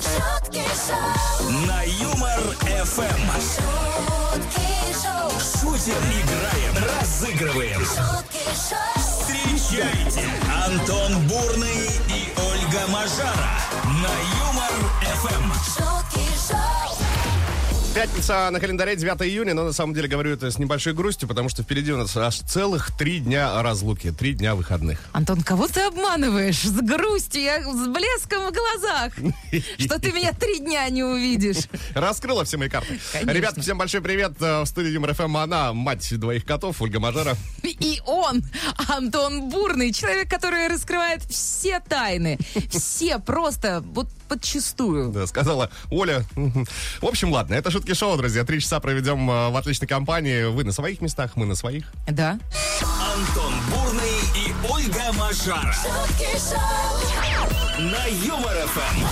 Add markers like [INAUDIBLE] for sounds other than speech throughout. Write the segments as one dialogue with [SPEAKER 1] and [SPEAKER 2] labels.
[SPEAKER 1] Шутки шоу,
[SPEAKER 2] На Юмор ФМ
[SPEAKER 1] шутки шоу,
[SPEAKER 2] шутим, играем, разыгрываем.
[SPEAKER 1] шутки шоу,
[SPEAKER 2] Встречайте Антон Бурный и Ольга Мажара на Юмор Эм. ФМ.
[SPEAKER 1] шутки шоу,
[SPEAKER 3] Пятница на календаре 9 июня, но на самом деле говорю это с небольшой грустью, потому что впереди у нас аж целых три дня разлуки, три дня выходных.
[SPEAKER 4] Антон, кого ты обманываешь? С грустью, я с блеском в глазах, что ты меня три дня не увидишь.
[SPEAKER 3] Раскрыла все мои карты.
[SPEAKER 4] Конечно.
[SPEAKER 3] Ребят, всем большой привет. Э, В студии Юмор ФМ она, мать двоих котов, Ольга Мажара.
[SPEAKER 4] И он, Антон Бурный, человек, который раскрывает все тайны. Все просто, вот подчистую.
[SPEAKER 3] Да, сказала Оля. Мгм. В общем, ладно, это шутки шоу, друзья. Три часа проведем э, в отличной компании. Вы на своих местах, мы на своих.
[SPEAKER 4] Да?
[SPEAKER 2] Антон Бурный и Ольга Мажара
[SPEAKER 1] шутки шоу,
[SPEAKER 2] на Юмор Эм. ФМ.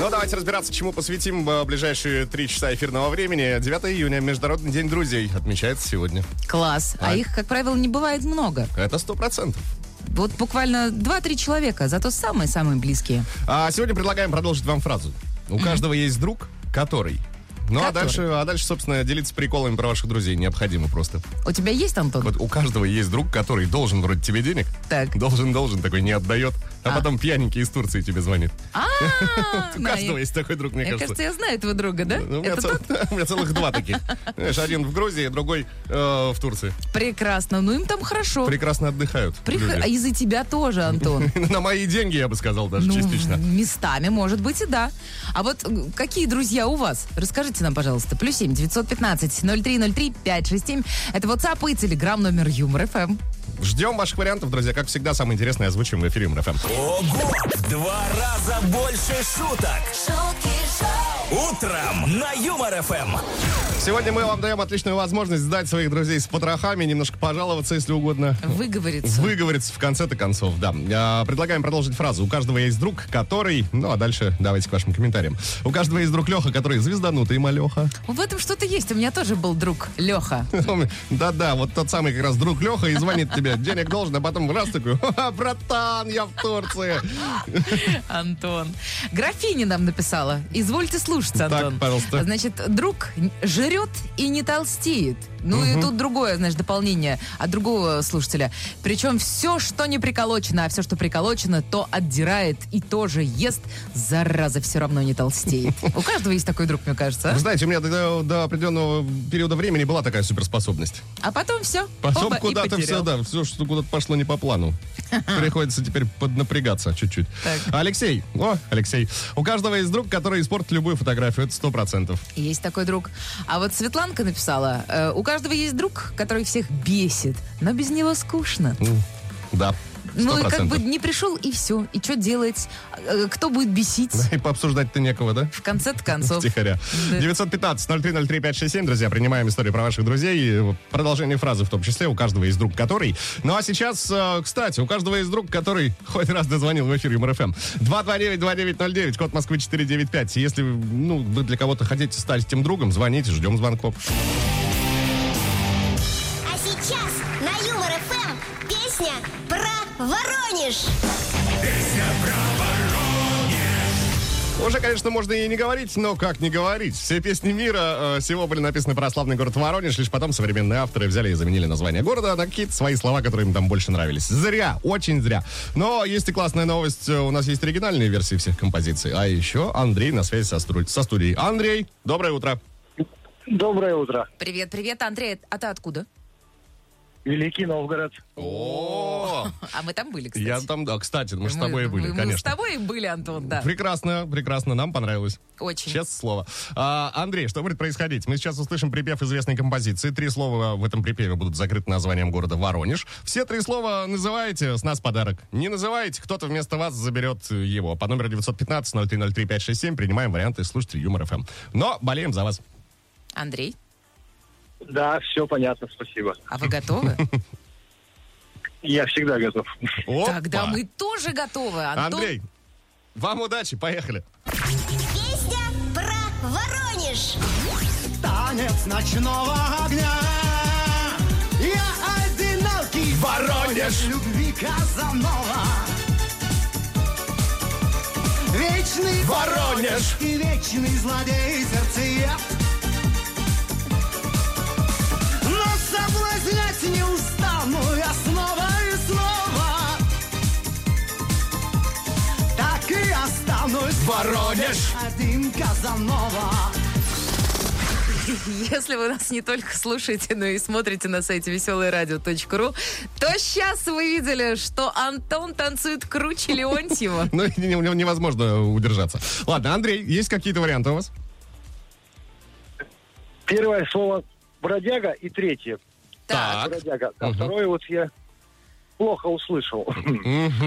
[SPEAKER 3] Ну, давайте разбираться, чему посвятим э, ближайшие три часа эфирного времени. 9 июня, Международный день друзей, отмечается сегодня.
[SPEAKER 4] Класс. А
[SPEAKER 3] Так.
[SPEAKER 4] их, как правило, не бывает много.
[SPEAKER 3] Это сто процентов.
[SPEAKER 4] Вот буквально 2-3 человека, зато самые-самые близкие.
[SPEAKER 3] А сегодня предлагаем продолжить вам фразу. У каждого есть друг, который. Ну, а
[SPEAKER 4] Который.
[SPEAKER 3] дальше, а дальше, собственно, делиться приколами про ваших друзей необходимо просто.
[SPEAKER 4] У тебя есть, Антон?
[SPEAKER 3] Вот у каждого есть друг, который должен вроде тебе денег.
[SPEAKER 4] Так.
[SPEAKER 3] Должен, должен, такой не отдает. А,
[SPEAKER 4] А.
[SPEAKER 3] потом пьяненький из Турции тебе звонит.
[SPEAKER 4] А,
[SPEAKER 3] У
[SPEAKER 4] да,
[SPEAKER 3] каждого
[SPEAKER 4] я-
[SPEAKER 3] есть такой друг, мне
[SPEAKER 4] Я, Э, кажется,
[SPEAKER 3] кажется.
[SPEAKER 4] я знаю этого друга, да?
[SPEAKER 3] Ну, У меня,
[SPEAKER 4] Это
[SPEAKER 3] цел-
[SPEAKER 4] тот?
[SPEAKER 3] [LAUGHS] у меня целых два таких. Знаешь, один в Грузии, другой э, в Турции.
[SPEAKER 4] Прекрасно. Ну, им там хорошо.
[SPEAKER 3] Прекрасно отдыхают.
[SPEAKER 4] Прих-
[SPEAKER 3] люди.
[SPEAKER 4] А из за тебя тоже, Антон.
[SPEAKER 3] [LAUGHS] На мои деньги, я бы сказал, даже
[SPEAKER 4] Ну,
[SPEAKER 3] частично.
[SPEAKER 4] местами, может быть, и да. А вот э, какие друзья у вас? Расскажите нам, пожалуйста. Плюс семь девятьсот пятнадцать ноль три ноль три пять шесть семь. Это WhatsApp и Telegram номер Юмор Эм. ФМ.
[SPEAKER 3] Ждем ваших вариантов, друзья. Как всегда, самое интересное озвучим в эфире Эм. МРФМ.
[SPEAKER 2] Ого! В Два раза больше шуток.
[SPEAKER 1] шутки шоу,
[SPEAKER 2] Утром на Юмор Эм. ФМ.
[SPEAKER 3] Сегодня мы вам даем отличную возможность сдать своих друзей с потрохами, немножко пожаловаться, если угодно.
[SPEAKER 4] Выговорится.
[SPEAKER 3] Выговориться в конце-то концов, да. А, Предлагаем продолжить фразу. У каждого есть друг, который... Ну, а дальше давайте к вашим комментариям. У каждого есть друг Леха, который звезданутый малеха.
[SPEAKER 4] В этом что-то есть. У меня тоже был друг Леха.
[SPEAKER 3] [LAUGHS] Да-да, вот тот самый как раз друг Леха и звонит тебе. Денег должен, а потом раз такой, «Ха-ха, братан, я в Турции.
[SPEAKER 4] Антон. Графиня нам написала. Извольте слушать,
[SPEAKER 3] Так,
[SPEAKER 4] Антон.
[SPEAKER 3] пожалуйста.
[SPEAKER 4] Значит, друг жрет и не толстеет. Ну и тут другое, знаешь, дополнение от другого слушателя. Причем все, что не приколочено, а все, что приколочено, то отдирает и тоже ест. Зараза, все равно не толстеет. У каждого есть такой друг, мне кажется.
[SPEAKER 3] Вы
[SPEAKER 4] а?
[SPEAKER 3] знаете, у меня до, до определенного периода времени была такая суперспособность.
[SPEAKER 4] А потом все.
[SPEAKER 3] Потом куда-то все, да, все, что куда-то пошло не по
[SPEAKER 4] [LAUGHS]
[SPEAKER 3] плану. Приходится теперь поднапрягаться чуть-чуть.
[SPEAKER 4] Так.
[SPEAKER 3] Алексей, о, Алексей, у каждого есть друг, который испортит любую фотографию, это сто процентов.
[SPEAKER 4] Есть такой друг. А вот Светланка написала, э, у каждого есть друг, который всех бесит, но без него скучно.
[SPEAKER 3] Да,
[SPEAKER 4] Ну
[SPEAKER 3] сто
[SPEAKER 4] и как бы
[SPEAKER 3] процентов. [LAUGHS]
[SPEAKER 4] не пришел и все. И что делать? Э, Кто будет бесить?
[SPEAKER 3] И пообсуждать-то некого, да?
[SPEAKER 4] В конце-то концов.
[SPEAKER 3] Втихаря.
[SPEAKER 4] Да.
[SPEAKER 3] 915-0303-567, друзья, принимаем историю про ваших друзей. и Продолжение фразы в том числе, у каждого есть друг, который. Ну а сейчас, э, кстати, у каждого есть друг, который [LAUGHS] хоть раз дозвонил в эфир МРФМ. 229-2909, код Москвы 495. Если ну, вы для кого-то хотите стать тем другом, звоните, ждем звонков.
[SPEAKER 5] А сейчас на Юмор ФМ песня про Воронеж.
[SPEAKER 3] Уже, конечно, можно и не говорить, но как не говорить? Все песни мира э, всего были написаны про славный город Воронеж, лишь потом современные авторы взяли и заменили название города на какие-то свои слова, которые им там больше нравились. Зря, очень зря. Но есть и классная новость, э, у нас есть оригинальные версии всех композиций. А еще Андрей на связи со, стру- со студией. Андрей, доброе утро.
[SPEAKER 6] Доброе утро.
[SPEAKER 4] Привет, привет, Андрей. А ты откуда?
[SPEAKER 6] Великий Новгород.
[SPEAKER 3] О,
[SPEAKER 4] А мы там были, кстати.
[SPEAKER 3] я там, да, кстати, мы
[SPEAKER 4] Мы
[SPEAKER 3] же с тобой и были,
[SPEAKER 4] мы с
[SPEAKER 3] конечно.
[SPEAKER 4] тобой и были, Антон, да.
[SPEAKER 3] Прекрасно, прекрасно, нам понравилось.
[SPEAKER 4] Очень.
[SPEAKER 3] Честное слово. А, Андрей, что будет происходить? Мы сейчас услышим припев известной композиции. Три слова в этом припеве будут закрыты названием города Воронеж. Все три слова называете, с нас подарок. Не называете, кто-то вместо вас заберет э, его. По номеру 915-0303-567 принимаем варианты слушателей Юмор ФМ. Но болеем за вас.
[SPEAKER 4] Андрей,
[SPEAKER 6] Да, все понятно, спасибо.
[SPEAKER 4] а вы готовы?
[SPEAKER 6] Я всегда готов. [LAUGHS]
[SPEAKER 3] [LAUGHS]
[SPEAKER 4] Тогда
[SPEAKER 3] Опа!
[SPEAKER 4] мы тоже готовы, Антон.
[SPEAKER 3] Андрей, вам удачи, поехали.
[SPEAKER 5] Песня про Воронеж.
[SPEAKER 7] танец ночного огня. Я одинокий
[SPEAKER 2] Воронеж!
[SPEAKER 7] любви Казанова. Вечный
[SPEAKER 3] Воронеж.
[SPEAKER 7] и вечный злодей сердцеед. Но соблазнять не устану я снова и снова. Так и останусь
[SPEAKER 3] Воронеж.
[SPEAKER 7] один Казанова.
[SPEAKER 4] Если вы нас не только слушаете, но и смотрите на сайте веселоерадио.ру, то сейчас вы видели, что Антон танцует круче Леонтьева.
[SPEAKER 3] Ну, не- не- невозможно удержаться. Ладно, Андрей, есть какие-то варианты у вас?
[SPEAKER 6] Первое слово бродяга и третье
[SPEAKER 3] Так.
[SPEAKER 6] бродяга. А второе вот я плохо услышал. [LAUGHS]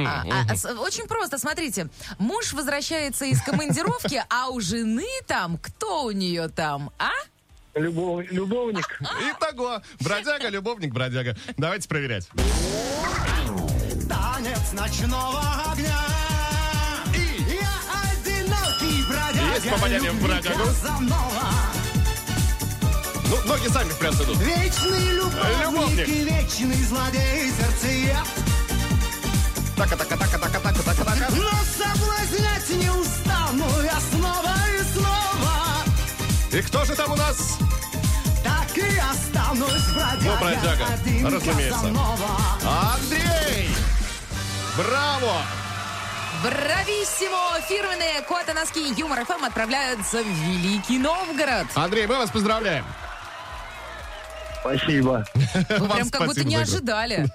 [SPEAKER 4] А, а, с- очень просто, смотрите. Муж возвращается из командировки, а у жены там, кто у нее там, а?
[SPEAKER 6] Любов- любовник.
[SPEAKER 3] Итого, бродяга, любовник, бродяга. Давайте проверять.
[SPEAKER 7] Танец ночного огня. И я одинокий бродяга.
[SPEAKER 3] Есть попадание в
[SPEAKER 7] любви
[SPEAKER 3] бродягу?
[SPEAKER 7] Казанова.
[SPEAKER 3] Ну, ноги сами вперед идут.
[SPEAKER 7] Вечный любовник,
[SPEAKER 3] Любовник.
[SPEAKER 7] и вечный злодей сердцеед.
[SPEAKER 3] Така, така, така, така, така, така, така.
[SPEAKER 7] Но соблазнять не устану я снова и снова.
[SPEAKER 3] И кто же там у нас?
[SPEAKER 7] Так и останусь бродяга,
[SPEAKER 3] Ну, бродяга,
[SPEAKER 7] один
[SPEAKER 3] разумеется.
[SPEAKER 7] Казанова.
[SPEAKER 3] Андрей! Браво!
[SPEAKER 4] Брависсимо! Фирменные кота-носки Юмор ФМ отправляются в Великий Новгород.
[SPEAKER 3] Андрей, мы вас поздравляем.
[SPEAKER 6] Спасибо.
[SPEAKER 4] Вы
[SPEAKER 3] Вам
[SPEAKER 4] прям как будто
[SPEAKER 3] спасибо
[SPEAKER 4] не
[SPEAKER 3] за игру.
[SPEAKER 4] ожидали.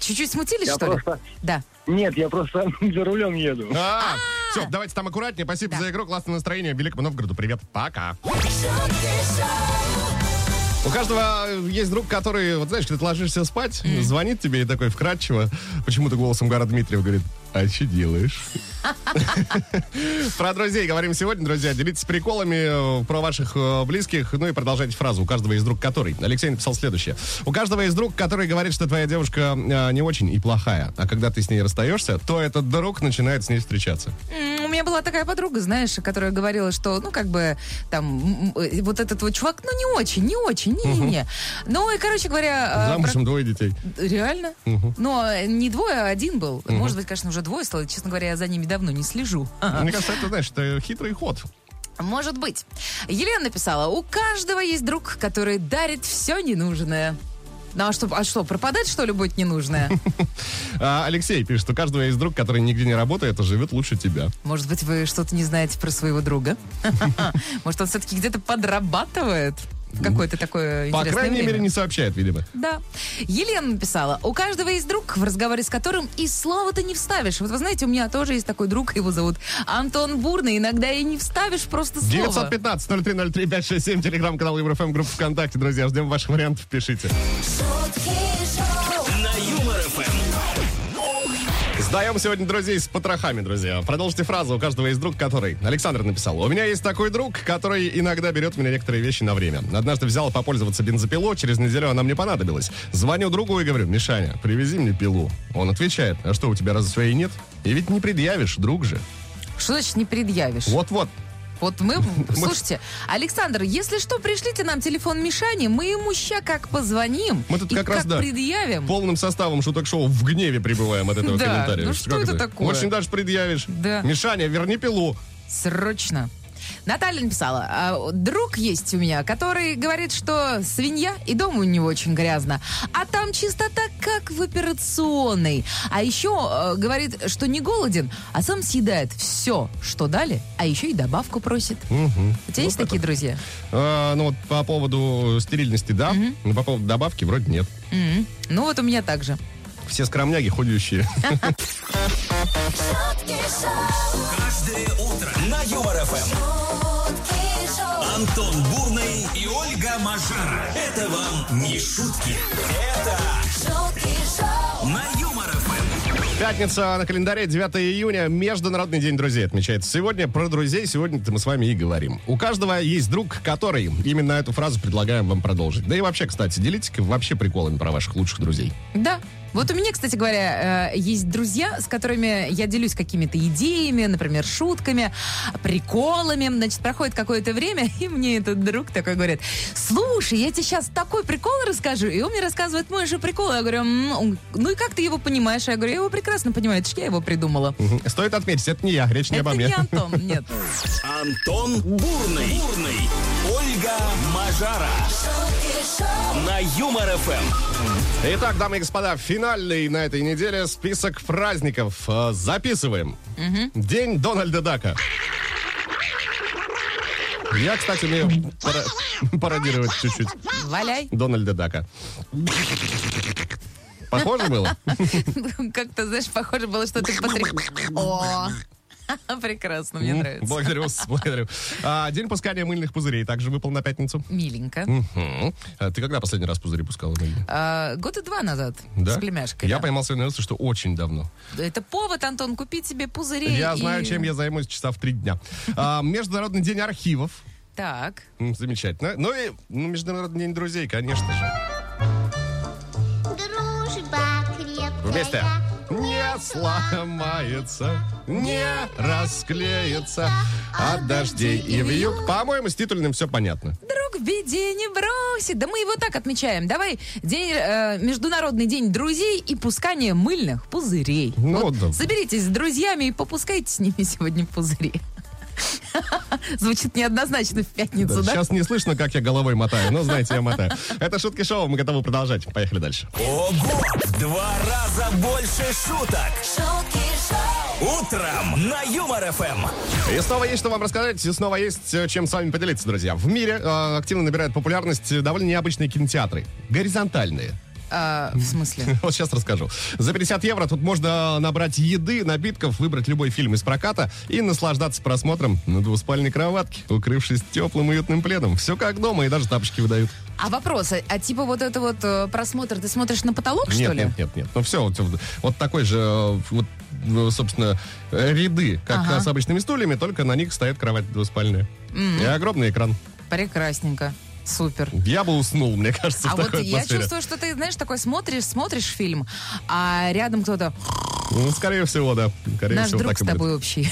[SPEAKER 4] Чуть-чуть смутились,
[SPEAKER 6] Я
[SPEAKER 4] что ли?
[SPEAKER 6] просто-
[SPEAKER 4] Да.
[SPEAKER 6] Нет, я просто [LAUGHS] за рулем еду.
[SPEAKER 3] А, все, давайте там аккуратнее. Спасибо
[SPEAKER 4] Да.
[SPEAKER 3] за игру, классное настроение. Великому Новгороду привет, пока.
[SPEAKER 1] шутки шоу,
[SPEAKER 3] У каждого есть друг, который, вот знаешь, когда ты ложишься спать, звонит тебе и такой вкрадчиво, почему-то голосом Гара Дмитриев говорит, а что делаешь? Про друзей говорим сегодня, друзья. Делитесь приколами э, про ваших э, близких, ну и продолжайте фразу. У каждого есть друг, который. Алексей написал следующее. У каждого есть друг, который говорит, что твоя девушка э, не очень и плохая. А когда ты с ней расстаешься, то этот друг начинает с ней встречаться.
[SPEAKER 4] М, У меня была такая подруга, знаешь, которая говорила, что, ну, как бы, там, м, э, вот этот вот чувак, ну, не очень, не очень, не-не-не. Ну, и, короче говоря... э,
[SPEAKER 3] Замужем двое детей.
[SPEAKER 4] Реально? Но э, не двое, а один был. Может быть, конечно, уже двое стало. Честно говоря, я за ними давно не слежу.
[SPEAKER 3] Мне кажется, это, знаешь, это хитрый ход.
[SPEAKER 4] Может быть. Елена написала, у каждого есть друг, который дарит все ненужное. Ну а что, а что, пропадать, что ли,
[SPEAKER 3] [LAUGHS]
[SPEAKER 4] будет ненужное?
[SPEAKER 3] А, Алексей пишет, у каждого есть друг, который нигде не работает, а живет лучше тебя.
[SPEAKER 4] Может быть, вы что-то не знаете про своего друга? [LAUGHS] Может, он все-таки где-то подрабатывает? в Какое-то такое
[SPEAKER 3] По
[SPEAKER 4] интересное
[SPEAKER 3] крайней
[SPEAKER 4] время?
[SPEAKER 3] мере, не сообщает, видимо.
[SPEAKER 4] Да. Елена написала, у каждого есть друг, в разговоре с которым и слова-то не вставишь. Вот вы знаете, у меня тоже есть такой друг, его зовут Антон Бурный. Иногда и не вставишь просто слово.
[SPEAKER 3] 915-0303-567, телеграм-канал Еврофм, группа ВКонтакте. Друзья, ждем ваших вариантов, пишите.
[SPEAKER 1] шутки шоу,
[SPEAKER 2] На Юмор ФМ.
[SPEAKER 3] Сдаем сегодня друзей с потрохами, друзья. Продолжите фразу, у каждого есть друг, который... Александр написал, у меня есть такой друг, который иногда берет у меня некоторые вещи на время. Однажды взял попользоваться бензопилой, через неделю она мне понадобилась. Звоню другу и говорю, Мишаня, привези мне пилу. Он отвечает, а что, у тебя разве своей нет? И ведь не предъявишь, друг же.
[SPEAKER 4] Что значит не предъявишь?
[SPEAKER 3] Вот-вот, [LAUGHS]
[SPEAKER 4] Вот мы... Слушайте, Александр, если что, пришлите нам телефон Мишани, мы ему ща как позвоним
[SPEAKER 3] Мы тут
[SPEAKER 4] и
[SPEAKER 3] как раз, да,
[SPEAKER 4] предъявим.
[SPEAKER 3] полным составом шуток-шоу в гневе прибываем от этого
[SPEAKER 4] Да,
[SPEAKER 3] комментария.
[SPEAKER 4] ну что
[SPEAKER 3] Как
[SPEAKER 4] это такое?
[SPEAKER 3] Очень даже предъявишь.
[SPEAKER 4] Да.
[SPEAKER 3] Мишаня, верни пилу.
[SPEAKER 4] Срочно. Наталья написала, «А, друг есть у меня, который говорит, что свинья и дом у него очень грязно, а там чистота как в операционной. А еще э, говорит, что не голоден, а сам съедает все, что дали, а еще и добавку просит. У тебя есть такие друзья?
[SPEAKER 3] А, ну вот по поводу стерильности, да. Но по поводу добавки вроде нет.
[SPEAKER 4] М. Ну вот у меня также.
[SPEAKER 3] Все скромняги
[SPEAKER 4] [LAUGHS]
[SPEAKER 3] ходящие.
[SPEAKER 1] шутки шоу,
[SPEAKER 2] Каждое утро на Юмор ФМ.
[SPEAKER 1] шутки шоу,
[SPEAKER 2] Антон Бурный и Ольга Мажара. Это вам не шутки. Это
[SPEAKER 1] шутки шоу,
[SPEAKER 2] на Юмор Эм. ФМ.
[SPEAKER 3] Пятница на календаре, 9 июня, Международный день друзей отмечается. Сегодня про друзей, сегодня-то мы с вами и говорим. У каждого есть друг, который. Именно эту фразу предлагаем вам продолжить. Да и вообще, кстати, делитесь вообще приколами про ваших лучших друзей.
[SPEAKER 4] Да, Вот у меня, кстати говоря, э, есть друзья, с которыми я делюсь какими-то идеями, например, шутками, приколами. Значит, проходит какое-то время, [LAUGHS] и мне этот друг такой говорит, слушай, я тебе сейчас такой прикол расскажу. И он мне рассказывает мой же прикол. Я говорю, «М, он, ну и как ты его понимаешь? Я говорю, я его прекрасно понимаю, это ж я его придумала.
[SPEAKER 3] Мгм. Стоит отметить, это не я, речь не
[SPEAKER 4] это
[SPEAKER 3] обо мне.
[SPEAKER 4] не
[SPEAKER 3] [LAUGHS]
[SPEAKER 4] Антон, нет.
[SPEAKER 2] Антон Бурный. Бурный. Ольга Мажара.
[SPEAKER 1] шутки шоу,
[SPEAKER 2] На Юмор ФМ.
[SPEAKER 3] Итак, дамы и господа, финальный на этой неделе список праздников. Э, Записываем. День Дональда Дака. Я, кстати, умею пара- [LAUGHS] пародировать чуть-чуть
[SPEAKER 4] Валяй. [LAUGHS]
[SPEAKER 3] Дональда Дака. Похоже было?
[SPEAKER 4] Как-то, знаешь, похоже было, что
[SPEAKER 3] [LAUGHS]
[SPEAKER 4] ты потреб... О, [LAUGHS] прекрасно, [LAUGHS] мне нравится.
[SPEAKER 3] Благодарю, вас, благодарю. А, День пускания мыльных пузырей также выпал на пятницу.
[SPEAKER 4] Миленько.
[SPEAKER 3] Мгм. А Ты когда последний раз пузыри пускала? мыльные?
[SPEAKER 4] А, года два назад
[SPEAKER 3] Да?
[SPEAKER 4] с племяшкой.
[SPEAKER 3] Я
[SPEAKER 4] да.
[SPEAKER 3] поймал сегодня на мысли, что очень давно.
[SPEAKER 4] Это повод, Антон, купить себе пузыри.
[SPEAKER 3] Я
[SPEAKER 4] и-
[SPEAKER 3] знаю, чем я займусь часа в три дня. А, Международный день архивов.
[SPEAKER 4] Так.
[SPEAKER 3] М, Замечательно. Ну и ну, Международный день друзей, конечно же.
[SPEAKER 5] Дружба крепкая.
[SPEAKER 3] Вместе. Не сломается, не расклеится от дождей и вьюг. По-моему, с титульным все понятно.
[SPEAKER 4] Друг в беде не бросит. Да мы его так отмечаем. Давай день, э, Международный день друзей и пускание мыльных пузырей.
[SPEAKER 3] Ну, да.
[SPEAKER 4] Соберитесь с друзьями и попускайте с ними сегодня пузыри. [LAUGHS] Звучит неоднозначно в пятницу, да?
[SPEAKER 3] Сейчас не слышно, как я головой мотаю, но знаете, я мотаю. Это шутки шоу, мы готовы продолжать. Поехали дальше.
[SPEAKER 2] Ого! В два раза больше шуток.
[SPEAKER 1] шутки шоу,
[SPEAKER 2] Утром на Юмор ФМ.
[SPEAKER 3] И снова есть что вам рассказать, и снова есть э, чем с вами поделиться, друзья. В мире э, активно набирают популярность э, довольно необычные кинотеатры. Горизонтальные.
[SPEAKER 4] А, в смысле?
[SPEAKER 3] Вот сейчас расскажу. За 50 евро тут можно набрать еды, напитков, выбрать любой фильм из проката и наслаждаться просмотром на двуспальной кроватке, укрывшись теплым уютным пледом. Все как дома, и даже тапочки выдают.
[SPEAKER 4] А вопрос, а, а типа вот это вот э, просмотр, ты смотришь на потолок,
[SPEAKER 3] нет,
[SPEAKER 4] что ли?
[SPEAKER 3] нет, нет, нет. Ну все, вот, вот такой же, э, вот, э, собственно, э, ряды, как
[SPEAKER 4] Ага.
[SPEAKER 3] с обычными стульями, только на них стоит кровать двуспальная. И огромный экран.
[SPEAKER 4] Прекрасненько. Супер.
[SPEAKER 3] Я бы уснул, мне кажется,
[SPEAKER 4] А
[SPEAKER 3] в
[SPEAKER 4] вот
[SPEAKER 3] такой
[SPEAKER 4] я
[SPEAKER 3] атмосфере.
[SPEAKER 4] чувствую, что ты, знаешь, такой смотришь, смотришь фильм, а рядом кто-то,
[SPEAKER 3] Ну, скорее всего, да. Скорее
[SPEAKER 4] наш
[SPEAKER 3] всего,
[SPEAKER 4] друг
[SPEAKER 3] так
[SPEAKER 4] с
[SPEAKER 3] и будет.
[SPEAKER 4] тобой общий.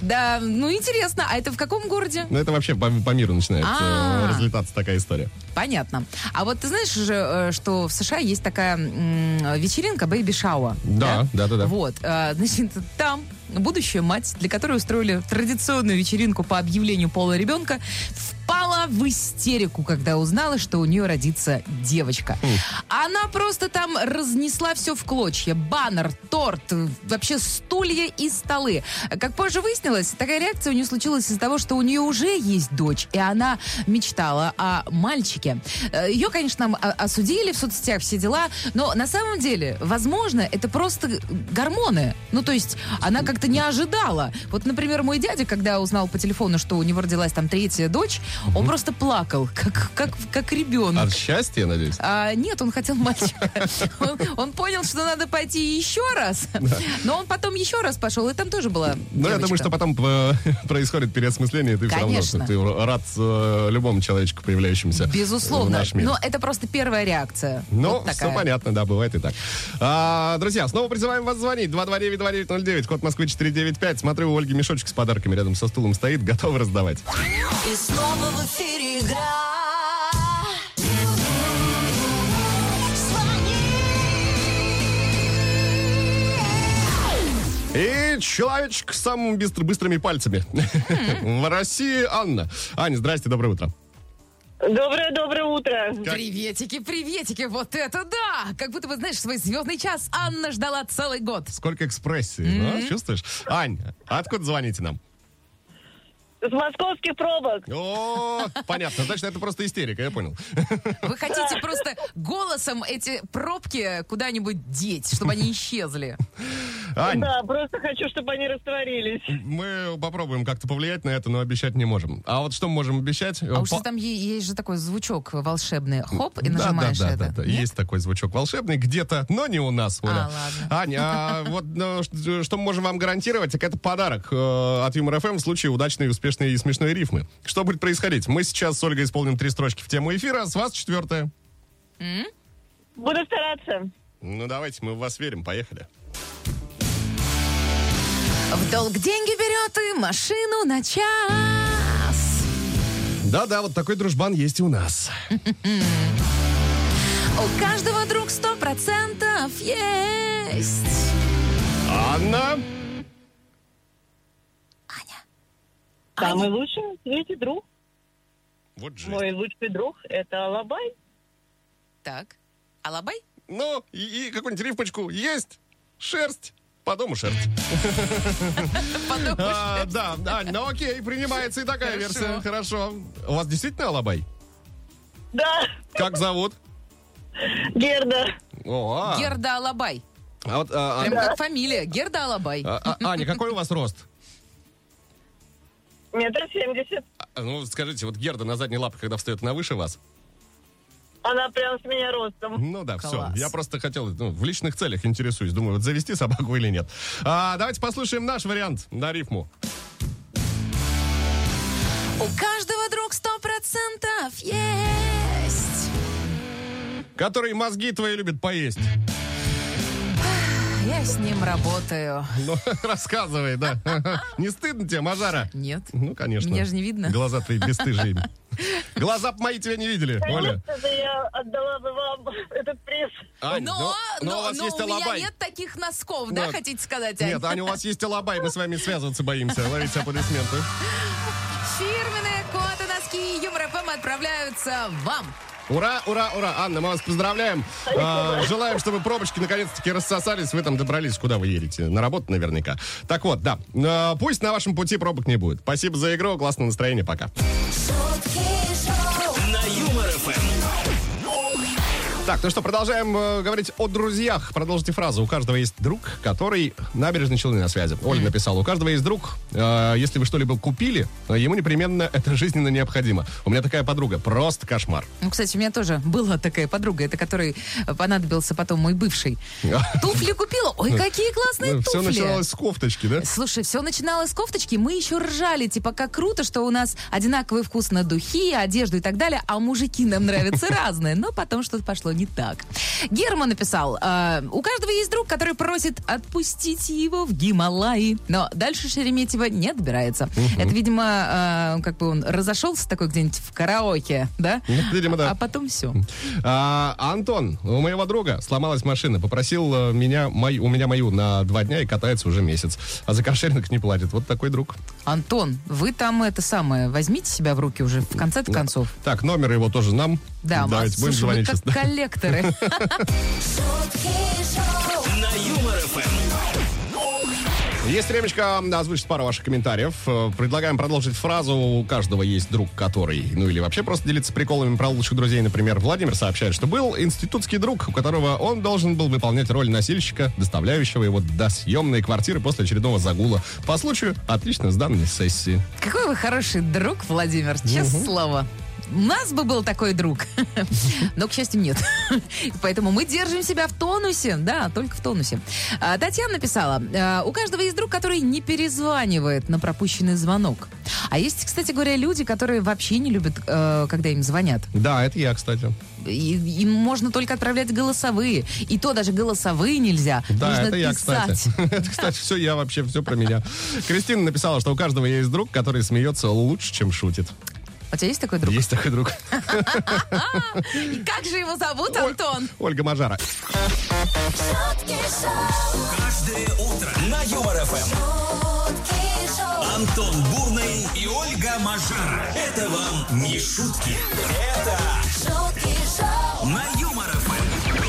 [SPEAKER 4] Да, ну интересно, а это в каком городе?
[SPEAKER 3] Ну, это вообще по, по миру начинает э,
[SPEAKER 4] А.
[SPEAKER 3] разлетаться такая история.
[SPEAKER 4] Понятно. А вот ты знаешь же, э, что в США есть такая м, вечеринка Baby Shower.
[SPEAKER 3] Да, да, да, да.
[SPEAKER 4] Вот, э, значит, там будущая мать, для которой устроили традиционную вечеринку по объявлению пола ребенка, впала в истерику, когда узнала, что у нее родится девочка. Она просто там разнесла все в клочья. Баннер, торт, э, вообще стулья и столы. Как позже выяснилось, такая реакция у нее случилась из-за того, что у нее уже есть дочь, и она мечтала о мальчике. Э, Ее, конечно, там, о- осудили в соцсетях, все дела, но на самом деле, возможно, это просто гормоны. Ну, то есть она как-то не ожидала. Вот, например, мой дядя, когда узнал по телефону, что у него родилась там третья дочь, он просто плакал, как, как, как ребенок.
[SPEAKER 3] От счастья, я надеюсь.
[SPEAKER 4] А, нет, он хотел мальчика. [LAUGHS] Он, он понял, что надо пойти еще раз. Но он потом еще раз пошел, и там тоже была
[SPEAKER 3] Ну, я думаю,
[SPEAKER 4] девочка.
[SPEAKER 3] что потом э, [LAUGHS] происходит переосмысление, и ты все
[SPEAKER 4] Конечно.
[SPEAKER 3] равно что ты рад э, любому человеку, появляющемуся в
[SPEAKER 4] Безусловно.
[SPEAKER 3] наш мир.
[SPEAKER 4] Но это просто первая реакция.
[SPEAKER 3] Ну,
[SPEAKER 4] Вот такая.
[SPEAKER 3] все понятно, да, бывает и так. А, друзья, снова призываем вас звонить. 229-2909, код Москвы 495. Смотрю, у Ольги мешочек с подарками рядом со стулом стоит, готов раздавать.
[SPEAKER 1] и снова в эфире игра.
[SPEAKER 3] И человечек с самыми быстр- быстрыми пальцами.
[SPEAKER 4] Хм.
[SPEAKER 3] [LAUGHS] В России Анна. Аня, здрасте, доброе утро.
[SPEAKER 8] Доброе-доброе утро.
[SPEAKER 3] Как-
[SPEAKER 4] Приветики, приветики, вот это да! Как будто бы, знаешь, свой звездный час Анна ждала целый год.
[SPEAKER 3] Сколько экспрессии, а? чувствуешь? Ань, откуда звоните нам?
[SPEAKER 8] С московских пробок.
[SPEAKER 3] О, понятно, значит, это просто истерика, я понял.
[SPEAKER 4] Вы хотите просто голосом эти пробки куда-нибудь деть, чтобы они исчезли.
[SPEAKER 3] Ань,
[SPEAKER 8] Да, просто хочу, чтобы они растворились.
[SPEAKER 3] мы попробуем как-то повлиять на это, но обещать не можем. А вот что мы можем обещать?
[SPEAKER 4] А уж там е- есть же такой звучок волшебный. Хоп, и
[SPEAKER 3] да, да,
[SPEAKER 4] нажимаешь
[SPEAKER 3] да,
[SPEAKER 4] это.
[SPEAKER 3] да, да.
[SPEAKER 4] Нет?
[SPEAKER 3] Есть такой звучок волшебный где-то, но не у нас, Оля.
[SPEAKER 4] ладно.
[SPEAKER 3] Аня, а
[SPEAKER 4] [LAUGHS]
[SPEAKER 3] вот ну, ш- что мы можем вам гарантировать, так это подарок э, от Юмор ФМ в случае удачной, успешной и смешной рифмы. Что будет происходить? Мы сейчас с Ольгой исполним три строчки в тему эфира, а с вас четвертая.
[SPEAKER 8] Буду стараться.
[SPEAKER 3] Ну, давайте, мы в вас верим, поехали.
[SPEAKER 4] В долг деньги берет и машину на час.
[SPEAKER 3] Да-да, вот такой дружбан есть и у нас.
[SPEAKER 4] У каждого друг сто процентов есть.
[SPEAKER 3] Анна,
[SPEAKER 8] Самый лучший на свете друг,
[SPEAKER 3] вот же.
[SPEAKER 8] мой лучший друг, это Алабай.
[SPEAKER 4] Так, Алабай?
[SPEAKER 3] Ну, и, и какую-нибудь рифмочку есть? Шерсть. По дому шерсть.
[SPEAKER 4] Подумаешь.
[SPEAKER 3] А, да, Ань, ну окей, принимается и такая
[SPEAKER 4] Хорошо.
[SPEAKER 3] версия. Хорошо. У вас действительно алабай?
[SPEAKER 8] Да,
[SPEAKER 3] Как зовут?
[SPEAKER 8] Герда.
[SPEAKER 3] О, а.
[SPEAKER 4] Герда Алабай.
[SPEAKER 3] А вот, а, а,
[SPEAKER 4] Прям как фамилия. Герда Алабай.
[SPEAKER 3] а, а, Аня, какой у вас рост?
[SPEAKER 8] Метр семьдесят.
[SPEAKER 3] А, Ну, скажите, вот Герда на задней лапе, когда встает, она выше вас?
[SPEAKER 8] Она прям с меня ростом.
[SPEAKER 3] Ну да,
[SPEAKER 4] Класс.
[SPEAKER 3] все. Я просто хотел, ну, в личных целях интересуюсь. Думаю, вот завести собаку или нет. А, давайте послушаем наш вариант на рифму.
[SPEAKER 4] У каждого друг сто процентов есть.
[SPEAKER 3] Который мозги твои любит поесть.
[SPEAKER 4] Я с ним работаю.
[SPEAKER 3] Ну, [LAUGHS] рассказывай, да. [LAUGHS] Не стыдно тебе, Мажара?
[SPEAKER 4] Нет.
[SPEAKER 3] Ну, конечно.
[SPEAKER 4] Меня же не видно.
[SPEAKER 3] Глаза твои
[SPEAKER 4] [LAUGHS]
[SPEAKER 3] бесстыжие. Глаза б мои тебя не видели, Оля.
[SPEAKER 8] Конечно же, я отдала бы вам этот приз.
[SPEAKER 3] Ань,
[SPEAKER 4] Ну, но,
[SPEAKER 3] но- но у
[SPEAKER 4] но,
[SPEAKER 3] вас
[SPEAKER 4] но
[SPEAKER 3] есть
[SPEAKER 4] у меня
[SPEAKER 3] алабай.
[SPEAKER 4] нет таких носков, да,
[SPEAKER 3] Ну,
[SPEAKER 4] хотите сказать? Ань?
[SPEAKER 3] Нет, Аня, у вас есть алабай, мы с вами связываться боимся. Ловите аплодисменты.
[SPEAKER 4] Фирменные коты носки Юмор ФМ отправляются вам.
[SPEAKER 3] Ура, ура, ура. Анна, мы вас поздравляем. А, желаем, чтобы пробочки наконец-таки рассосались. Вы там добрались, куда вы едете. На работу наверняка. Так вот, да. А, пусть на вашем пути пробок не будет. Спасибо за игру. Классного настроения. Пока.
[SPEAKER 1] шутки шоу,
[SPEAKER 2] На Юмор ФМ.
[SPEAKER 3] Так, ну что, продолжаем э, говорить о друзьях. Продолжите фразу. У каждого есть друг, который набережный Челны на связи. Оля написала, у каждого есть друг. Э, если вы что-либо купили, э, ему непременно это жизненно необходимо. У меня такая подруга. Просто кошмар.
[SPEAKER 4] Ну, кстати, у меня тоже была такая подруга, это которой понадобился потом
[SPEAKER 3] [LAUGHS]
[SPEAKER 4] мой бывший. Туфли купила. Ой, какие классные
[SPEAKER 3] Все
[SPEAKER 4] Ну туфли.
[SPEAKER 3] Ну, началось с кофточки, да?
[SPEAKER 4] Слушай, все начиналось с кофточки. Мы еще ржали, типа, как круто, что у нас одинаковый вкус на духи, одежду и так далее, а мужики
[SPEAKER 3] [LAUGHS]
[SPEAKER 4] нам нравятся разные. Но потом что-то пошло не так. Герман написал, «Э, у каждого есть друг, который просит отпустить его в Гималаи. Но дальше Шереметьево не добирается. Это, видимо, э, как бы он разошелся такой где-нибудь в караоке, да?
[SPEAKER 3] Ну, видимо, да.
[SPEAKER 4] А потом все.
[SPEAKER 3] А, Антон, у моего друга сломалась машина. Попросил э, меня, мой- у меня мою на два дня и катается уже месяц. А за каршеринг не платит. Вот такой друг.
[SPEAKER 4] Антон, вы там это самое, возьмите себя в руки уже в конце концов.
[SPEAKER 3] Так, номер его тоже нам.
[SPEAKER 4] Да,
[SPEAKER 3] Давайте
[SPEAKER 4] Макс,
[SPEAKER 3] будем
[SPEAKER 4] слушай, вы
[SPEAKER 3] звонить сейчас.
[SPEAKER 4] как коллекторы.
[SPEAKER 3] [LAUGHS]
[SPEAKER 1] шутки шоу,
[SPEAKER 2] На Юмор ФМ.
[SPEAKER 3] Есть времечко озвучить пару ваших комментариев. Э, Предлагаем продолжить фразу «У каждого есть друг, который...» Ну или вообще просто делиться приколами про лучших друзей. Например, Владимир сообщает, что был институтский друг, у которого он должен был выполнять роль носильщика, доставляющего его до съемной квартиры после очередного загула. По случаю отлично сданной сессии.
[SPEAKER 4] Какой вы хороший друг, Владимир, честное слово. У нас бы был такой друг. [LAUGHS] Но, к счастью, нет. [LAUGHS] Поэтому мы держим себя в тонусе. Да, только в тонусе. А, Татьяна написала, «А, у каждого есть друг, который не перезванивает на пропущенный звонок. А есть, кстати говоря, люди, которые вообще не любят, э, когда им звонят.
[SPEAKER 3] Да, это я, кстати.
[SPEAKER 4] И- им можно только отправлять голосовые. И то даже голосовые нельзя.
[SPEAKER 3] Да,
[SPEAKER 4] Нужно
[SPEAKER 3] это я,
[SPEAKER 4] писать.
[SPEAKER 3] кстати. [LAUGHS] Это, кстати, все я вообще, все про меня. Кристина написала, что у каждого есть друг, который смеется лучше, чем шутит.
[SPEAKER 4] У тебя есть такой друг?
[SPEAKER 3] Есть такой
[SPEAKER 4] [LAUGHS]
[SPEAKER 3] друг.
[SPEAKER 4] И как же его зовут, Антон?
[SPEAKER 3] Ольга Мажара.
[SPEAKER 1] шутки шоу,
[SPEAKER 2] Каждое утро на Юмор ФМ.
[SPEAKER 1] шутки шоу,
[SPEAKER 2] Антон Бурный и Ольга Мажара. Это вам не шутки. Это
[SPEAKER 1] шутки шоу,
[SPEAKER 2] на Юмор ФМ.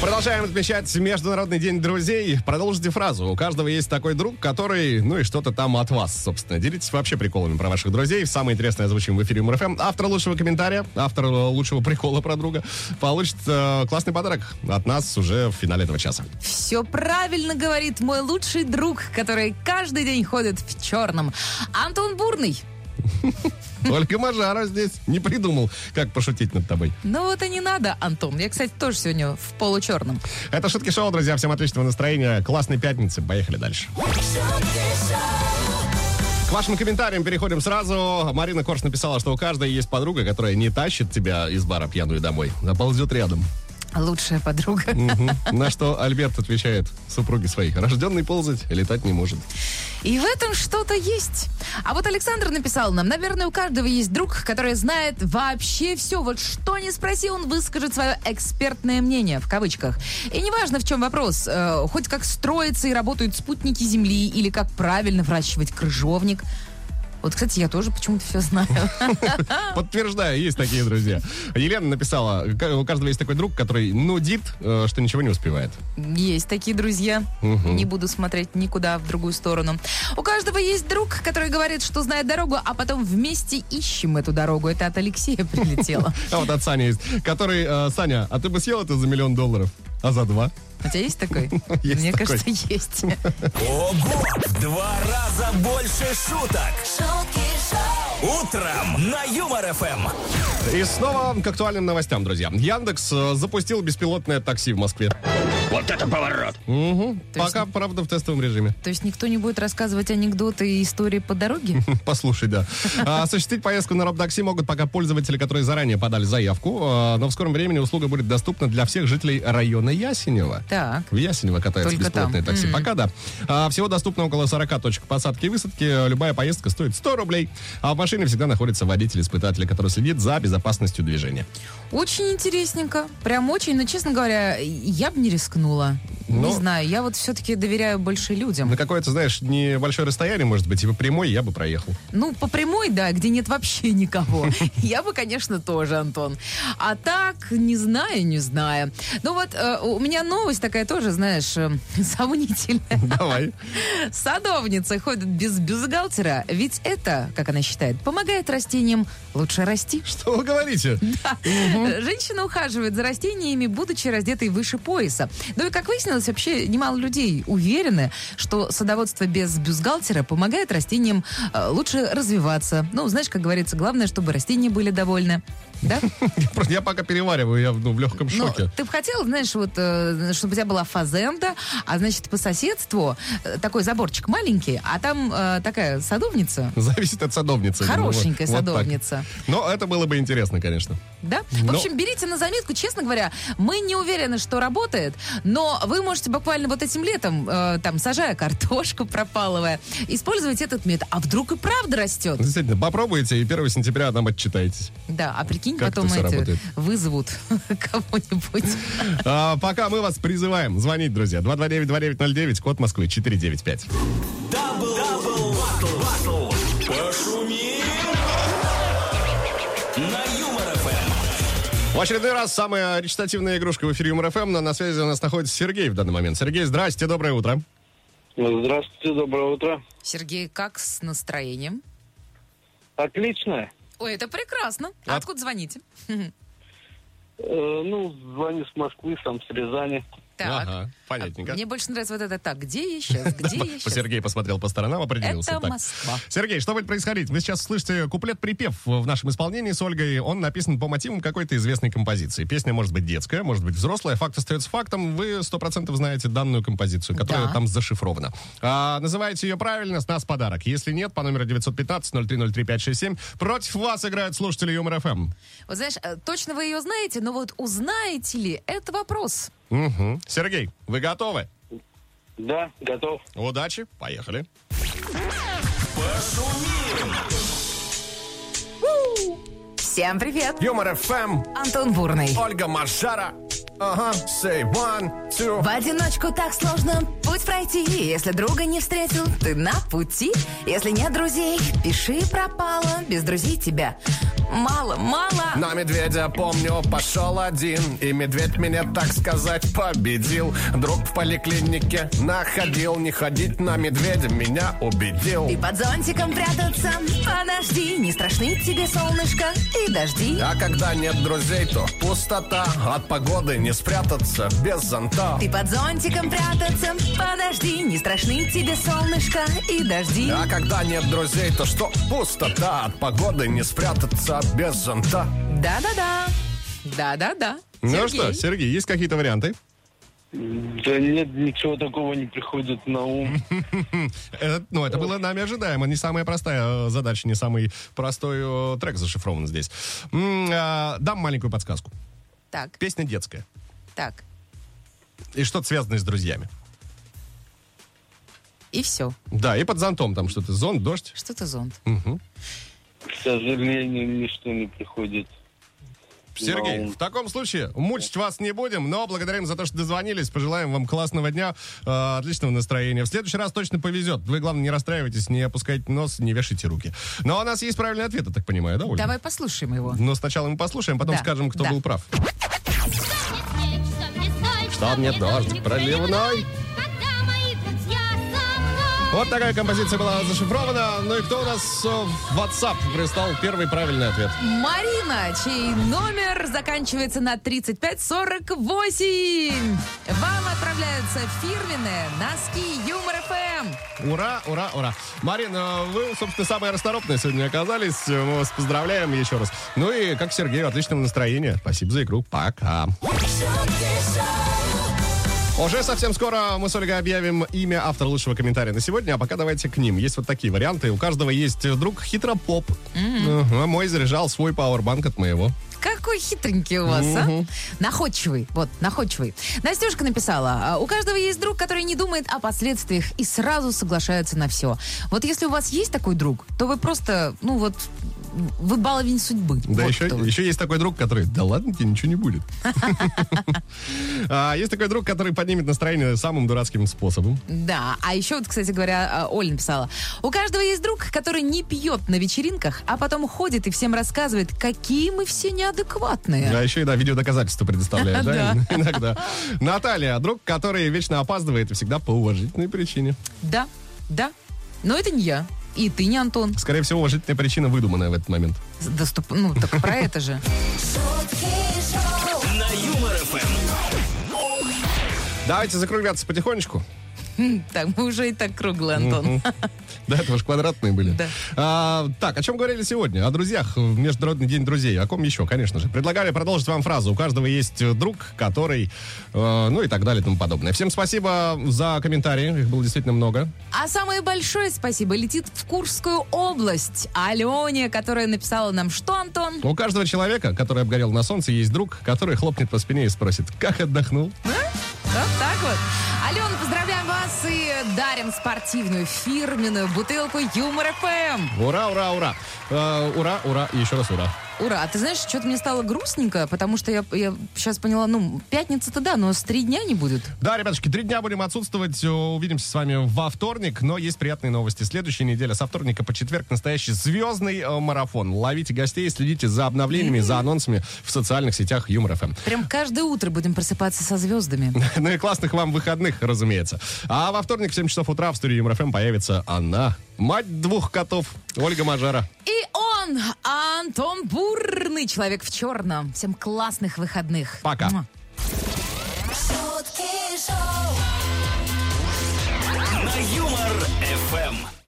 [SPEAKER 3] Продолжаем отмечать Международный день друзей. Продолжите фразу. У каждого есть такой друг, который, ну и что-то там от вас, собственно. Делитесь вообще приколами про ваших друзей. Самое интересное озвучим в эфире МРФМ. Автор лучшего комментария, автор э, лучшего прикола про друга получит э, классный подарок от нас уже в финале этого часа.
[SPEAKER 4] Все правильно говорит мой лучший друг, который каждый день ходит в черном. Антон Бурный.
[SPEAKER 3] Только Мажара здесь не придумал, как пошутить над тобой.
[SPEAKER 4] Ну вот и не надо, Антон. Я, кстати, тоже сегодня в получерном.
[SPEAKER 3] Это Шутки Шоу, друзья. Всем отличного настроения. Классной пятницы. Поехали дальше.
[SPEAKER 1] шутки шоу,
[SPEAKER 3] К вашим комментариям переходим сразу. Марина Корж написала, что у каждой есть подруга, которая не тащит тебя из бара пьяную домой, а ползет рядом.
[SPEAKER 4] Лучшая подруга.
[SPEAKER 3] На что Альберт отвечает супруге своей. Рожденный ползать, летать не может.
[SPEAKER 4] И в этом что-то есть. А вот Александр написал нам, наверное, у каждого есть друг, который знает вообще все. Вот что ни спроси, он выскажет свое экспертное мнение, в кавычках. И неважно, в чем вопрос, э, хоть как строятся и работают спутники Земли, или как правильно выращивать крыжовник. Вот, кстати, я тоже почему-то все знаю.
[SPEAKER 3] Подтверждаю, есть такие друзья. Елена написала, «Ка- у каждого есть такой друг, который нудит, э, что ничего не успевает.
[SPEAKER 4] Есть такие друзья. Не буду смотреть никуда в другую сторону. У каждого есть друг, который говорит, что знает дорогу, а потом вместе ищем эту дорогу. Это от Алексея [LAUGHS] прилетело.
[SPEAKER 3] А вот от Сани есть, который, э, Саня, а ты бы съел это за миллион долларов? А за два?
[SPEAKER 4] У тебя есть такой?
[SPEAKER 3] [LAUGHS] Есть
[SPEAKER 4] Мне
[SPEAKER 3] такой.
[SPEAKER 4] кажется,
[SPEAKER 3] [LAUGHS]
[SPEAKER 4] есть.
[SPEAKER 2] Ого! В Два раза больше шуток.
[SPEAKER 1] шутки шоу,
[SPEAKER 2] Утром на Юмор ФМ.
[SPEAKER 3] И снова к актуальным новостям, друзья. Яндекс э, запустил беспилотное такси в Москве.
[SPEAKER 9] Вот это поворот!
[SPEAKER 4] То есть-
[SPEAKER 3] Пока, правда, в тестовом режиме. [LAUGHS]
[SPEAKER 4] То есть никто не будет рассказывать анекдоты и истории
[SPEAKER 3] [LAUGHS]
[SPEAKER 4] по дороге?
[SPEAKER 3] Послушай,
[SPEAKER 4] [LAUGHS]
[SPEAKER 3] да. А, Осуществить поездку на роботакси могут пока пользователи, которые заранее подали заявку, а, но в скором времени услуга будет доступна для всех жителей района Ясенева.
[SPEAKER 4] Так.
[SPEAKER 3] В Ясенево катается
[SPEAKER 4] Только
[SPEAKER 3] бесплатное
[SPEAKER 4] там.
[SPEAKER 3] такси. Пока да. А, Всего доступно около 40 точек посадки и высадки. Любая поездка стоит 100 рублей. А в машине всегда находится водитель-испытатель, который следит за безопасностью движения.
[SPEAKER 4] Очень интересненько. Прям очень, но, честно говоря, я бы не рискнула.
[SPEAKER 3] Ну.
[SPEAKER 4] Не знаю, я вот все-таки доверяю больше людям.
[SPEAKER 3] На какое-то, знаешь, небольшое расстояние, может быть, и по прямой я бы
[SPEAKER 4] [LAUGHS]
[SPEAKER 3] проехал.
[SPEAKER 4] Ну, по прямой, да, где нет вообще никого. Я бы, конечно, тоже, Антон. А так, не знаю, не знаю. Ну вот, э, у меня новость такая тоже, знаешь, э, [LAUGHS] сомнительная.
[SPEAKER 3] Давай.
[SPEAKER 4] Садовница ходит без бюстгальтера, ведь это, как она считает, помогает растениям лучше расти.
[SPEAKER 3] Что Ну, вы говорите?
[SPEAKER 4] Женщина ухаживает за растениями, будучи раздетой выше пояса. Ну и, как выяснилось, вообще немало людей уверены, что садоводство без бюстгальтера помогает растениям э, лучше развиваться. Ну, знаешь, как говорится, главное, чтобы растения были довольны. Да?
[SPEAKER 3] Я просто- Я пока перевариваю, я ну, [LAUGHS] в легком
[SPEAKER 4] Ну,
[SPEAKER 3] шоке.
[SPEAKER 4] ты бы хотела, знаешь, вот, э, чтобы у тебя была фазенда, а значит, по соседству э, такой заборчик маленький, а там э, такая садовница,
[SPEAKER 3] Зависит от садовницы. я думаю.
[SPEAKER 4] Хорошенькая
[SPEAKER 3] Вот так.
[SPEAKER 4] садовница.
[SPEAKER 3] Но это было бы интересно, конечно.
[SPEAKER 4] Да?
[SPEAKER 3] Но-
[SPEAKER 4] В общем, берите на заметку, честно говоря, мы не уверены, что работает, но вы можете буквально вот этим летом, э, там, сажая картошку пропалывая, использовать этот метод. А вдруг и правда растет?
[SPEAKER 3] Действительно, попробуйте, и 1 сентября нам отчитаетесь.
[SPEAKER 4] Да, а прикинь,
[SPEAKER 3] Как
[SPEAKER 4] потом
[SPEAKER 3] это
[SPEAKER 4] эти
[SPEAKER 3] всё работает?
[SPEAKER 4] вызовут [LAUGHS] кого-нибудь.
[SPEAKER 3] А, пока мы вас призываем звонить, друзья. 229-2909, код Москвы, 495.
[SPEAKER 2] Дабл, дабл, батл, батл. Пошумим. На Юмор ФМ.
[SPEAKER 3] В очередной раз самая речитативная игрушка в эфире Юмор ФМ. На, на связи у нас находится Сергей в данный момент. Сергей, здрасте, доброе утро.
[SPEAKER 6] Здравствуйте, доброе утро.
[SPEAKER 4] Сергей, как с настроением?
[SPEAKER 6] Отлично.
[SPEAKER 4] Ой, это прекрасно.
[SPEAKER 3] А-
[SPEAKER 4] А откуда звоните?
[SPEAKER 6] Э, ну, звоню с Москвы, сам с Рязани.
[SPEAKER 4] Так. а
[SPEAKER 3] Ага, понятненько.
[SPEAKER 4] Мне больше нравится вот это так. Где я
[SPEAKER 3] [LAUGHS]
[SPEAKER 4] сейчас? Где я
[SPEAKER 3] По-
[SPEAKER 4] сейчас?
[SPEAKER 3] Сергей посмотрел по сторонам, определился.
[SPEAKER 4] Это
[SPEAKER 3] Так.
[SPEAKER 4] Москва.
[SPEAKER 3] Сергей, что будет происходить? Вы сейчас слышите куплет-припев в нашем исполнении с Ольгой. Он написан по мотивам какой-то известной композиции. Песня может быть детская, может быть взрослая. Факт остается фактом. Вы 100% знаете данную композицию, которая
[SPEAKER 4] Да.
[SPEAKER 3] там зашифрована. А, называете ее правильно, с нас подарок. Если нет, по номеру 915-0303-567. Против вас играют слушатели Юмор-ФМ.
[SPEAKER 4] Вот знаешь, э, точно вы ее знаете, но вот узнаете ли, это вопрос.
[SPEAKER 3] Мгм. Сергей, вы готовы?
[SPEAKER 6] Да, готов.
[SPEAKER 3] Удачи, поехали.
[SPEAKER 4] Всем привет!
[SPEAKER 3] Юмор-ФМ,
[SPEAKER 4] Антон Бурный.
[SPEAKER 3] Ольга Маршара. Ага, say one, two,
[SPEAKER 4] В одиночку так сложно путь пройти. Если друга не встретил, ты на пути. Если нет друзей, пиши пропало. Без друзей тебя мало, мало.
[SPEAKER 10] На медведя, помню, пошел один И медведь меня, так сказать, победил Друг в поликлинике находил Не ходить на медведя меня убедил
[SPEAKER 4] Ты под зонтиком прятаться, подожди. Не страшны тебе солнышко и дожди.
[SPEAKER 10] А когда нет друзей, то пустота От погоды не спрятаться без зонта
[SPEAKER 4] Ты под зонтиком прятаться, подожди. Не страшны тебе солнышко и дожди.
[SPEAKER 10] а когда нет друзей, то что? Пустота От погоды не спрятаться без зонта
[SPEAKER 4] Да-да-да. Да-да-да.
[SPEAKER 3] Ну
[SPEAKER 4] Сергей.
[SPEAKER 3] что, Сергей, есть какие-то варианты?
[SPEAKER 6] Да нет, ничего такого не приходит на ум.
[SPEAKER 3] Это, ну, это было нами ожидаемо. Не самая простая э, задача, не самый простой э, трек зашифрован здесь. М, а, Дам маленькую подсказку.
[SPEAKER 4] Так,
[SPEAKER 3] Песня детская.
[SPEAKER 4] Так,
[SPEAKER 3] И что-то связанное с друзьями.
[SPEAKER 4] и все.
[SPEAKER 3] Да, и под зонтом там что-то. Зонт, дождь.
[SPEAKER 4] Что-то зонт.
[SPEAKER 6] К сожалению, ничто не приходит.
[SPEAKER 3] Сергей,
[SPEAKER 6] Ну.
[SPEAKER 3] в таком случае мучить вас не будем, но благодарим за то, что дозвонились. Пожелаем вам классного дня, э, отличного настроения. В следующий раз точно повезет. Вы, главное, не расстраивайтесь, не опускайте нос, не вешайте руки. Но у нас есть правильный ответ, я так понимаю, да, Ольга?
[SPEAKER 4] Давай послушаем его.
[SPEAKER 3] Но сначала мы послушаем, потом
[SPEAKER 4] Да,
[SPEAKER 3] скажем, кто
[SPEAKER 4] да.
[SPEAKER 3] был прав.
[SPEAKER 1] Что мне дождь проливной?
[SPEAKER 3] Вот такая композиция была зашифрована. Ну и кто у нас э, в WhatsApp прислал первый правильный ответ?
[SPEAKER 4] Марина, чей номер заканчивается на 3548. Вам отправляются фирменные носки Юмор ФМ.
[SPEAKER 3] Ура, ура, ура. Марин, э, вы, собственно, самые расторопные сегодня оказались. Э, Мы вас поздравляем еще раз. Ну и, как Сергею, отличного настроения. Спасибо за игру. Пока.
[SPEAKER 1] Шутки шоу,
[SPEAKER 3] Уже совсем скоро мы с Ольгой объявим имя автора лучшего комментария на сегодня, а пока давайте к ним. Есть вот такие варианты. У каждого есть э, друг хитропоп. Ага, мой заряжал свой пауэрбанк от моего.
[SPEAKER 4] Какой хитренький у вас, а? Находчивый, вот, находчивый. Настюшка написала, «А, у каждого есть друг, который не думает о последствиях и сразу соглашается на все. Вот если у вас есть такой друг, то вы просто, ну вот, вы баловень судьбы.
[SPEAKER 3] Да,
[SPEAKER 4] Вот
[SPEAKER 3] еще,
[SPEAKER 4] кто вы.
[SPEAKER 3] еще есть такой друг, который, да ладно, тебе ничего не
[SPEAKER 4] [LAUGHS]
[SPEAKER 3] будет. А, Есть такой друг, который поднимет настроение самым дурацким способом.
[SPEAKER 4] Да, а еще вот, кстати говоря, а, Оля написала, у каждого есть друг, который не пьет на вечеринках, а потом ходит и всем рассказывает, какие мы все неадекватные.
[SPEAKER 3] А еще и да, видеодоказательства предоставляет, да,
[SPEAKER 4] [LAUGHS]
[SPEAKER 3] [LAUGHS]
[SPEAKER 4] Да.
[SPEAKER 3] иногда. Наталья, друг, который вечно опаздывает и всегда по уважительной причине.
[SPEAKER 4] Да, да, но это не я. И ты не Антон.
[SPEAKER 3] Скорее всего, уважительная причина выдуманная в этот момент.
[SPEAKER 4] Доступ... Ну, так про это же.
[SPEAKER 1] шутки шоу,
[SPEAKER 2] На Юмор ФМ.
[SPEAKER 3] Давайте закругляться потихонечку.
[SPEAKER 4] Так, мы уже и так круглый, Антон.
[SPEAKER 3] Да, это уж квадратные были.
[SPEAKER 4] Да.
[SPEAKER 3] А, так, о чем говорили сегодня? О друзьях. в Международный день друзей. О ком еще, конечно же. Предлагали продолжить вам фразу. У каждого есть э, друг, который... э, ну и так далее и тому подобное. Всем спасибо за комментарии. Их было действительно много.
[SPEAKER 4] А самое большое спасибо летит в Курскую область. Алене, которая написала нам, что, Антон?
[SPEAKER 3] У каждого человека, который обгорел на солнце, есть друг, который хлопнет по спине и спросит, как отдохнул?
[SPEAKER 4] А? Вот так вот. Алена, поздравляем вас и дарим спортивную фирменную бутылку Юмор Эм». ФМ.
[SPEAKER 3] Ура, ура, ура. Э, ура, ура и еще раз ура.
[SPEAKER 4] Ура, а ты знаешь, что-то мне стало грустненько, потому что я, сейчас поняла, ну, пятница-то да, но с три дня не будет.
[SPEAKER 3] Да, ребятушки, три дня будем отсутствовать. Э, Увидимся с вами во вторник, но есть приятные новости. Следующая неделя со вторника по четверг настоящий звездный э, марафон. Ловите гостей, следите за обновлениями, за анонсами в социальных сетях Юмор ФМ. [LAUGHS]
[SPEAKER 4] Прям каждое утро будем просыпаться со звездами.
[SPEAKER 3] Ну и классных вам выходных, разумеется. А во вторник в 7 часов утра в студии Юмор ФМ появится она, мать двух котов, Ольга Мажара.
[SPEAKER 4] И он, Антон Бурный, человек в черном. Всем классных выходных.
[SPEAKER 3] Пока.
[SPEAKER 4] Муа.